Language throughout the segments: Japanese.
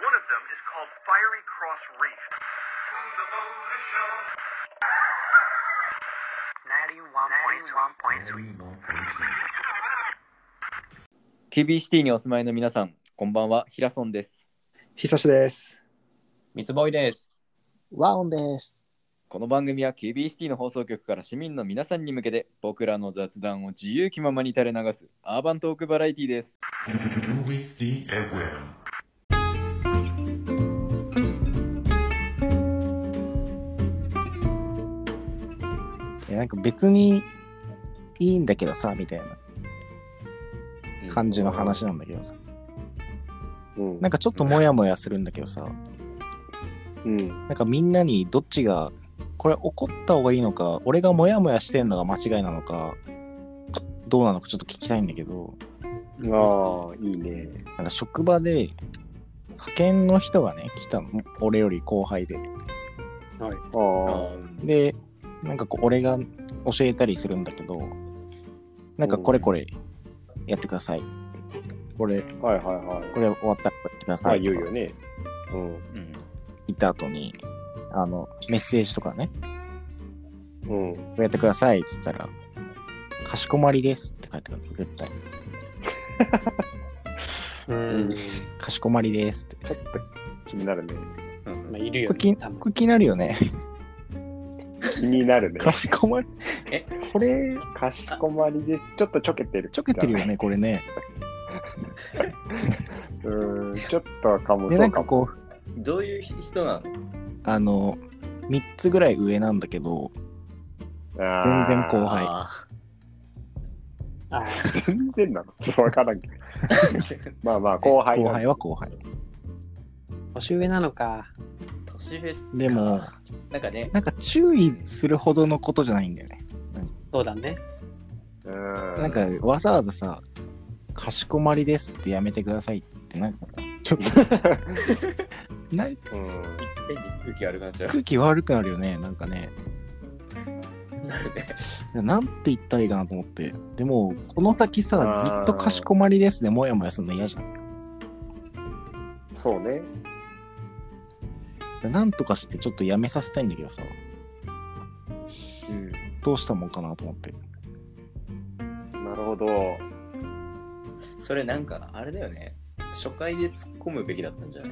One of them is called Fiery Cross Reef. Ninety-one point three. キュービーシティにお住まいの皆さん、こんばんは、ヒラソンです。ひさしです。三つボイです。ワオンです。この番組はキュービーシティの放送局から市民の皆さんに向けて、僕らの雑談を自由気ままに垂れ流すアーバントークバラエティです。 WSD FM. いやなんか別にいいんだけどさ、みたいな感じの話なんだけどさ。うんなんかちょっとモヤモヤするんだけどさ、うん。なんかみんなにどっちが、これ怒った方がいいのか、俺がモヤモヤしてんのが間違いなのか、どうなのかちょっと聞きたいんだけど、ああ、いいね。なんか職場で派遣の人がね、来たの。俺より後輩で。あで、なんかこう、俺が教えたりするんだけど、なんかこれこれやってください。これ、あ、はいはいはい。これ終わったらこれやってくだまさあい。言うよね。うん。行った後に、あの、メッセージとかね、うん。これやってくださいっつったら、かしこまりですって書いてある絶対。うん。かしこまりですって。ちょっと気になるね。まあ、いるよこれ気ね。に多分これ気になるよ ね。気になるね。かしこまり。えこれ、かしこまりで、ちょっとちょけてる。ちょけてるよ。ね、これね。うん。ちょっとかもで、そなんうかかも。こう、どういう人なのあの、3つぐらい上なんだけど、全然後う。輩。あーあー。全然なの。ちょっとわからんけど。まあまあ、後輩後なんだ。輩は後輩。年上なのか。年上でも、なんかね、なんか注意するほどのことじゃないんだよね。そうだね。うん。なんかわざわざさ、かしこまりですってやめてくださいって、なんか、ちょっ と、なんかうん。変に空気悪くなっちゃ空気悪くなるよね、なんかね。う。なるね。なんて言ったらいいかなと思って。でも、この先さあ、ーずっとかしこまりですね、もやもやするの嫌じゃん。そうね。なんとかしてちょっとやめさせたいんだけどさ、うん。どうしたもんかなと思って。なるほど。それなんかあれだよね初回で突っ込むべきだったんじゃない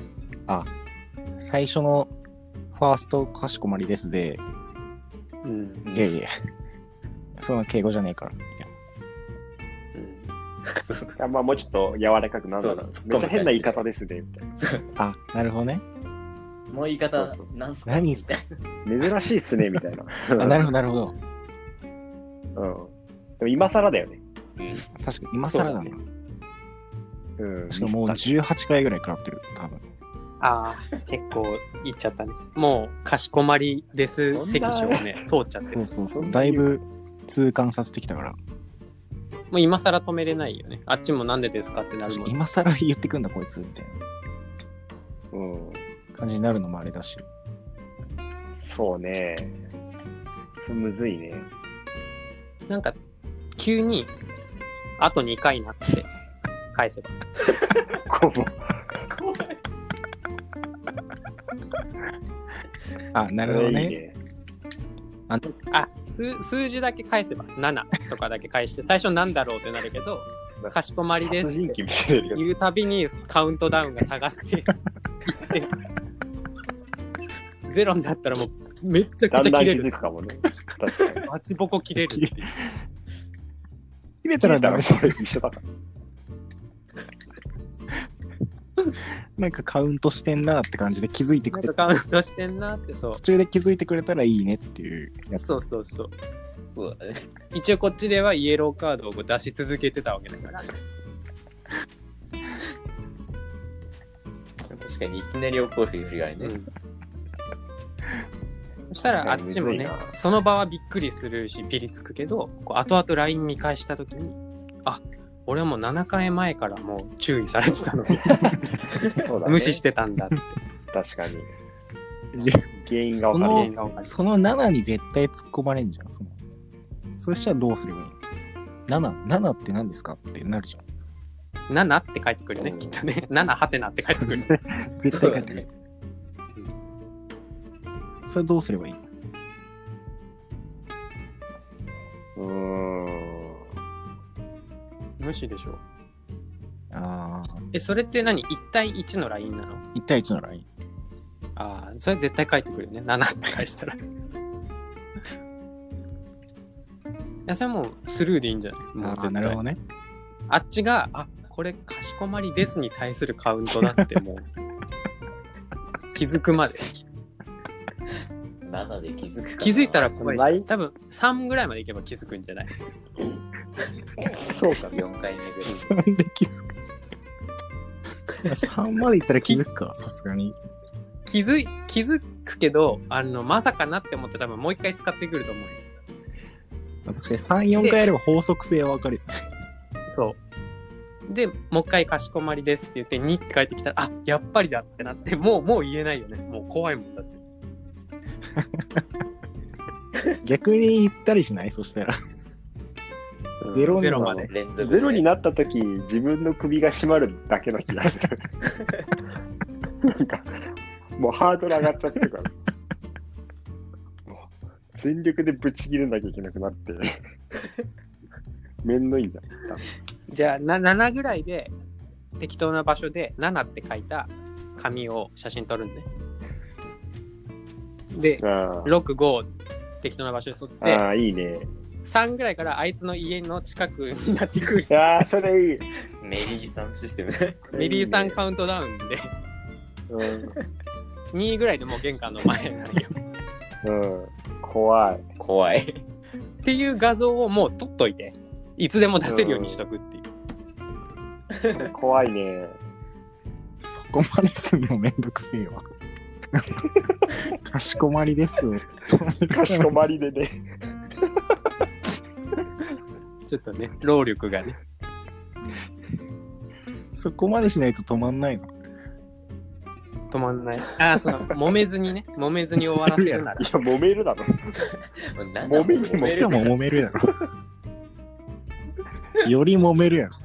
最初の、ファーストかしこまりですで、うん。いやいや、その敬語じゃねえから、みたいな。うんいやまあもうちょっと柔らかくなんだろうそうめっちゃ変な言い突っ方ですね、みたいな。あ、なるほどね。 もう言いそう方そうなんすか何すか珍しいっすね、みたいな。 あ、なるほど、なるほど。うん。でも今更だよね。確かに、今更だな。うん。しかももう18回ぐらい食らってる、多分。ああ、結構いっちゃったね。もう、かしこまりですそんな関所をね、通っちゃってる。そもうそうそ。そううだいぶ痛感させてきたから、う今更止めれないよね。あっちもなんでですかってなるもん。今更言ってくんだ、こいつ、みたいうん。な感じになるのもあれだし。そうね。それむずいね。なんか、急に、あと2回なって返せば。こうあ、なるほどいいね。ね。あ数数字だけ返せば7とかだけ返して最初なんだろうってなるけどかしこまりです殺人って鬼みたいなや言うたびにカウントダウンが下がっていってゼロになったらもうめっちゃくつ。ちだゃ切んだん気れづるくか もね。確かに。バチボコ切れるっていう切れ切たられたダらメ。それ一緒だから。なんかカウントしてんなって感じで気づいてなくんれかカたウ。ントしてんなってそう途中で気づいてくれたらいいねっていうやつ。そうそうそうそうだね一応こっちではイエローカードを出し続けてたわけだから確かにいきなり怒るよりはね、うん そしたらあっちもね確かにむずいなその場はびっくりするしピリつくけどこう後々 LINE 見返した時にあ俺はもう7回前からもう注意されてたのにそうだね。 無視してたんだって確か に。いや原因がわかそ原る。因が分かるその7に絶対突っ込まれんじゃん、その。そしたらどうすればいいの ?7、7って何ですかってなるじゃん。 7って返ってくるね、きっとね。7はて なって返ってく る。絶そう対だ書いてね。それどうすればいいのうーん。 無視でしょ。ああ、え、それって何 ?1 対1のラインなの1対1のライン。ああ、それ絶対返ってくるよね。7って返したら。いや、それもうスルーでいいんじゃないもう絶ああ、対なるほどね。あっちが、あこれ、かしこまりですに対するカウントだって、もう、気づくまで。 7で気づくかな気づいたら怖いなし、い多分3ぐらいまでいけば気づくんじゃないそうか。 4回目ぐらい。 3で気づく。3までいったら気づくか、さすがに。気づい気づくけどあの、まさかなって思って、多分もう一回使ってくると思うよ。確かに3、4回やれば法則性はわかるよ。そう。で、もう一回かしこまりですって言って、2って返ってきたら、あやっぱりだってなって、もう、もう言えないよね。もう怖いもんだって。逆に行ったりしないそしたら。ゼロにはゼロまで。連続ゼロになった時自分の首が締まるだけの気がする。なんか、もうハードル上がっちゃってるから。もう全力でぶち切れなきゃいけなくなって。面のいいんだ。じゃあな7ぐらいで適当な場所で7って書いた紙を写真撮るんで。で、あー6、5適当な場所で撮って、あー、いいね。 3ぐらいからあいつの家の近くになってくる。ああ、それいい。メリーさんシステム。 メリーさんか。カウントダウンで、うん。 2ぐらいでもう玄関の前になるよ。うん、怖い。怖い。っていう画像をもう撮っといて、いつでも出せるようにしとくっていう。怖いね。そこまですんのめんどくせえわ。かしこまりです。かしこまりでね。ちょっとね、労力がね。そこまでしないと止まんないの。止まんない。ああ、その、揉めずにね、揉めずに終わらせるならいや、。揉めるだろ。もう7揉めにもしかも揉めるやろ。より揉めるやろ。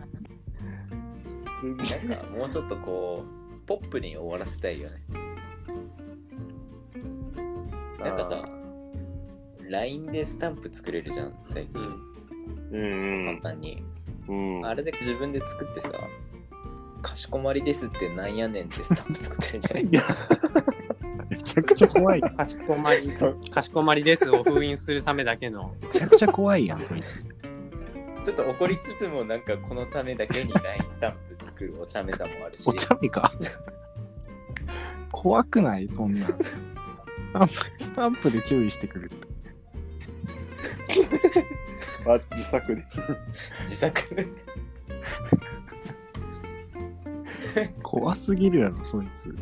なんかもうちょっとこう、ポップに終わらせたいよね。なんかさ、LINE でスタンプ作れるじゃん、最うん近。う簡ん単に。うん。うん。あれで自分で作ってさ、かしこまりですってなんやねんってスタンプ作ってるんじゃないめちゃくちゃ怖い。かしこまりそう、かしこまりですを封印するためだけの。めちゃくちゃ怖いやん、そいつ。 ちょっと怒りつつも、なんかこのためだけに LINE スタンプ作るお茶目さもあるし。お茶目か。 怖くないそんな。あんまりスタンプで注意してくるって。 あ、自作で。自作で。怖すぎるやろ、そいつ。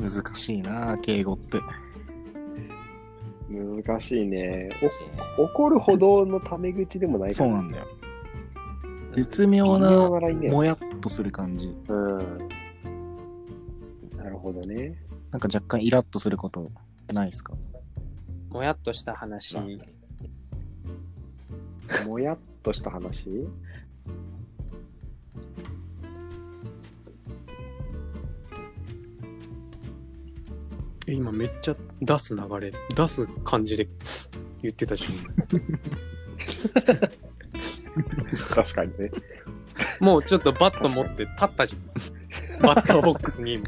難しいなあ敬語って。難しいね。お怒るほどのタメ口でもないかそらうなんだよ。絶妙微な妙、なラインだよもやっとする感じ。うん。なるほどね。なんか若干イラッとすることないですかもやっとした話。もやっとした話 え今めっちゃ出す流れ、出す感じで言ってたし。確かにね。もうちょっとバット持って立ったじゃん。バッターボックスに。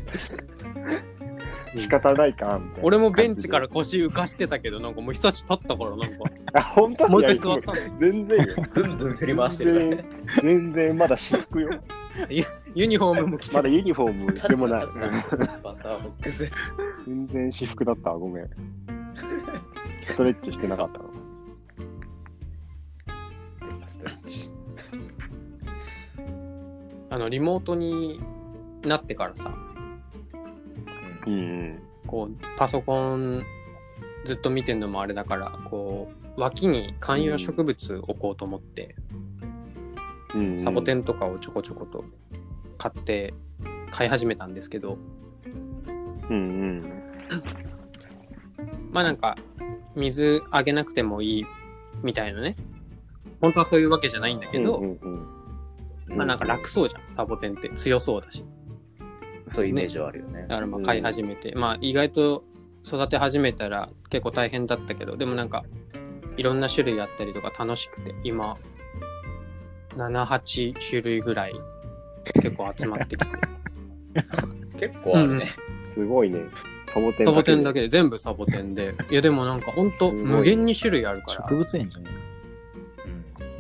仕方ないか、みたいな。俺もベンチから。腰浮かしてたけど、なんかもう久しぶり立ったから、なんか。 あ、本当もういや一回座ったの。全然よ。ブンブン振り回してるからね。全然全然まだ私服 よ。ユニフォームも着てまだユニフォームでもない。立つ立つバッターボックス。全然私服だったわごめん。ストレッチしてなかったの。ストレッチ。あの、リモートになってからさ、うんうん。こう、パソコンずっと見てんのもあれだから、こう、脇に観葉植物置こうと思って、うんうんサボテンとかをちょこちょこと買って買い始めたんですけどうんまあなんか水あげなくてもいいみたいなね本当はそういうわけじゃないんだうけん。ど、うんうんまあなんか楽そうじゃん、サボテンって強そうだし。そういうイメージはあるよね。だからまあ飼い始めて、まあ意外と育て始めたら結構大変だったけど、でもなんかいろんな種類あったりとか楽しくて、今、7、8種類ぐらい結構集まってきて、結構あるね。すごいね。サボテンサボテンだけけで全部サボテンで、いやでもなんかほんすとごい無限に種類あるから、植物園じゃねえか。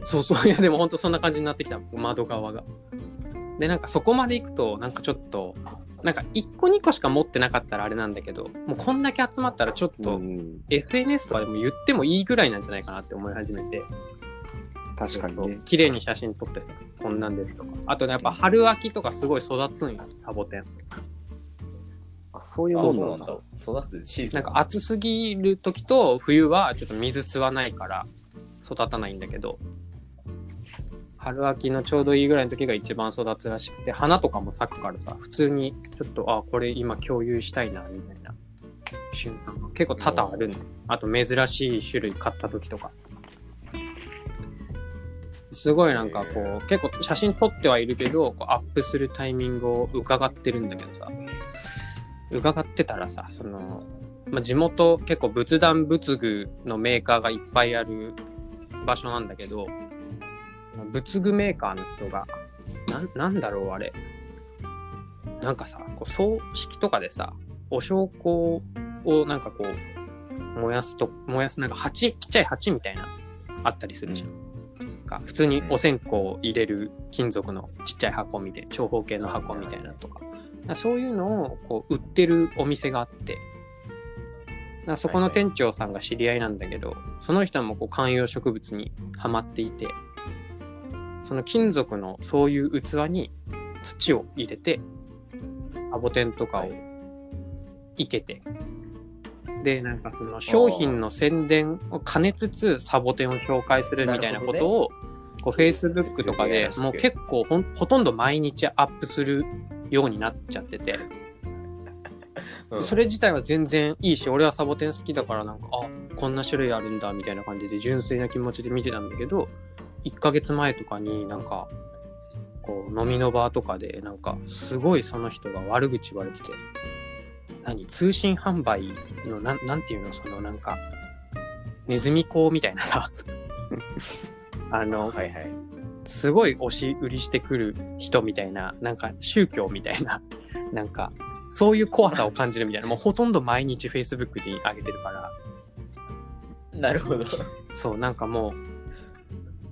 そうそう、いやでもほんとそんな感じになってきた、窓側が。で、なんかそこまで行くと、なんかちょっと、なんか1個2個しか持ってなかったらあれなんだけど、もうこんだけ集まったらちょっと、うん、 SNS とかでも言ってもいいぐらいなんじゃないかなって思い始めて、確かにそうね。綺麗に写真撮ってさ、こんなんですとか。あとね、やっぱ春秋とかすごい育つんよ、サボテン。あそういうあそもんうなんなんだ。だ。育つシーズン。なんか暑すぎる時と冬はちょっと水吸わないから育たないんだけど、春秋のちょうどいいぐらいの時が一番育つらしくて、花とかも咲くからさ、普通にちょっと、あ、これ今共有したいな、みたいな瞬間が結構多々あるね。あと珍しい種類買った時とか。すごいなんかこう、結構写真撮ってはいるけど、こうアップするタイミングを伺ってるんだけどさ、伺ってたらさ、その、まあ、地元結構仏壇仏具のメーカーがいっぱいある場所なんだけど、その仏具メーカーの人が、なんなんだろうあれ。なんかさ、こう葬式とかでさ、お焼香をなんかこう、燃やすと、燃やすなんか鉢、ちっちゃい鉢みたいな、あったりするじゃん。か普通にお線香を入れる金属のちっちゃい箱みたいな、長方形の箱みたいなのとか。だからそういうのをこう売ってるお店があって、だからそこの店長さんが知り合いなんだけど、その人もこう観葉植物にはまっていて、その金属のそういう器に土を入れて、サボテンとかをいけて、で、なんかその商品の宣伝を兼ねつつサボテンを紹介するみたいなことを、こう Facebook とかでもう結構ほんほとんど毎日アップするようになっちゃってて、 うんそれ自体は全然いいし、俺はサボテン好きだからなんか、あ、こんな種類あるんだみたいな感じで純粋な気持ちで見てたんだけど、1ヶ月前とかになんか、こう飲みの場とかでなんかすごいその人が悪口言われてて、何通信販売のなん、なんていうのそのなんか、ネズミ講みたいな さ、あの、はいはい。すごい押し売りしてくる人みたいな、なんか宗教みたいな、 なんかそういう怖さを感じるみたいな、もうほとんど毎日 Facebook に上げてるから、なるほど。そう、なんかもう、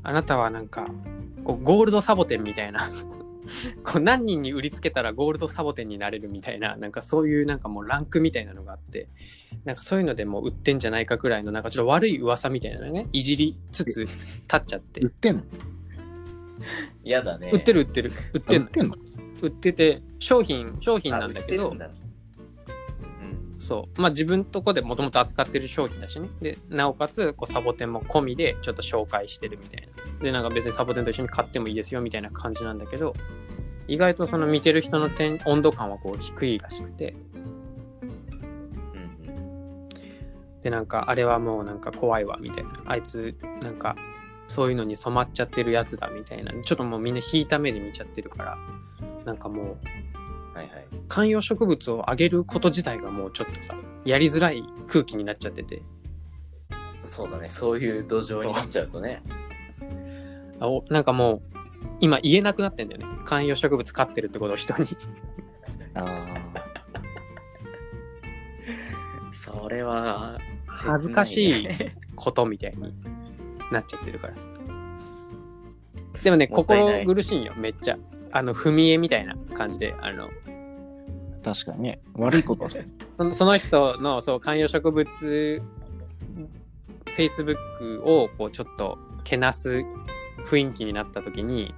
あなたはなんか、こうゴールドサボテンみたいな、 こう何人に売りつけたらゴールドサボテンになれるみたいな、なんかそういうなんかもうランクみたいなのがあって、なんかそういうのでもう売ってんじゃないかくらいの、なんかちょっと悪い噂みたいなのね、いじりつつ立っちゃって売、ってんの嫌だね。売ってる売ってる、売っ売てっんのてんの売ってて商品商品あ。なんだけ売どってるんだうんそうまあ自分とこでもともと扱ってる商品だしねでなおかつこうサボテンも込みでちょっと紹介してるみたいなでなんか別にサボテンと一緒に買ってもいいですよみたいな感じなんだけど意外とその見てる人の点温度感はこう低いらしくてうんうんでなんかあれはもうなんか怖いわみたいなあいつなんかそういうのに染まっちゃってるやつだみたいなちょっともうみんな引いた目で見ちゃってるからなんかもうはいはい。観葉植物をあげること自体がもうちょっとさやりづらい空気になっちゃっててそうだね。そういう土壌になっちゃうとね。あおなんかもう今言えなくなってんだよね観葉植物飼ってるってことを 人にああ。それは、恥ずかしい切なねことみたいになっちゃってるからさでもねもこったいなこい苦しいんよめっちゃあの踏み絵みたいな感じであの確かにね。悪いこと は。そのその人のそう観葉植物フェイスブックをこうちょっとけなす雰囲気になった時に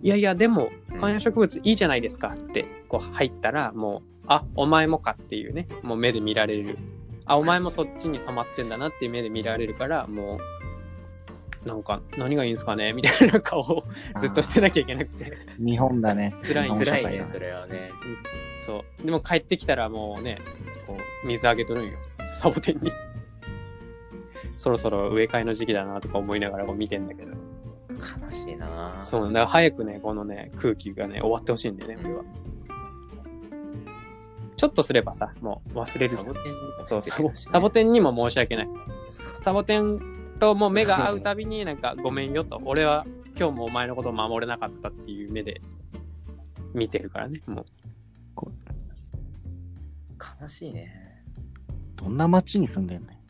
いやいやでも観葉植物いいじゃないですかってこう入ったらもうあお前もかっていうねもう目で見られるあお前もそっちに染まってんだなっていう目で見られるからもうなんか何がいいんですかねみたいな顔をずっとしてなきゃいけなくてあー日本だね。辛い日本社辛会いだね、それはね。そうでも帰ってきたらもうねこう水あげとるんよ サボテンにそろそろ植え替えの時期だなとか思いながらこう見てんだけど悲しいなそうなんだから早くね、このね、空気がね、終わってほしいんだよね、これは。ちょっとすればさ、もう忘れるしサボテンそうサボサボテンにも申し訳ない。サボテンともう目が合うたびに、なん か、ごめんよと、俺は今日もお前のことを守れなかったっていう目で見てるからね、もう。悲しいねどんな街に住んでんね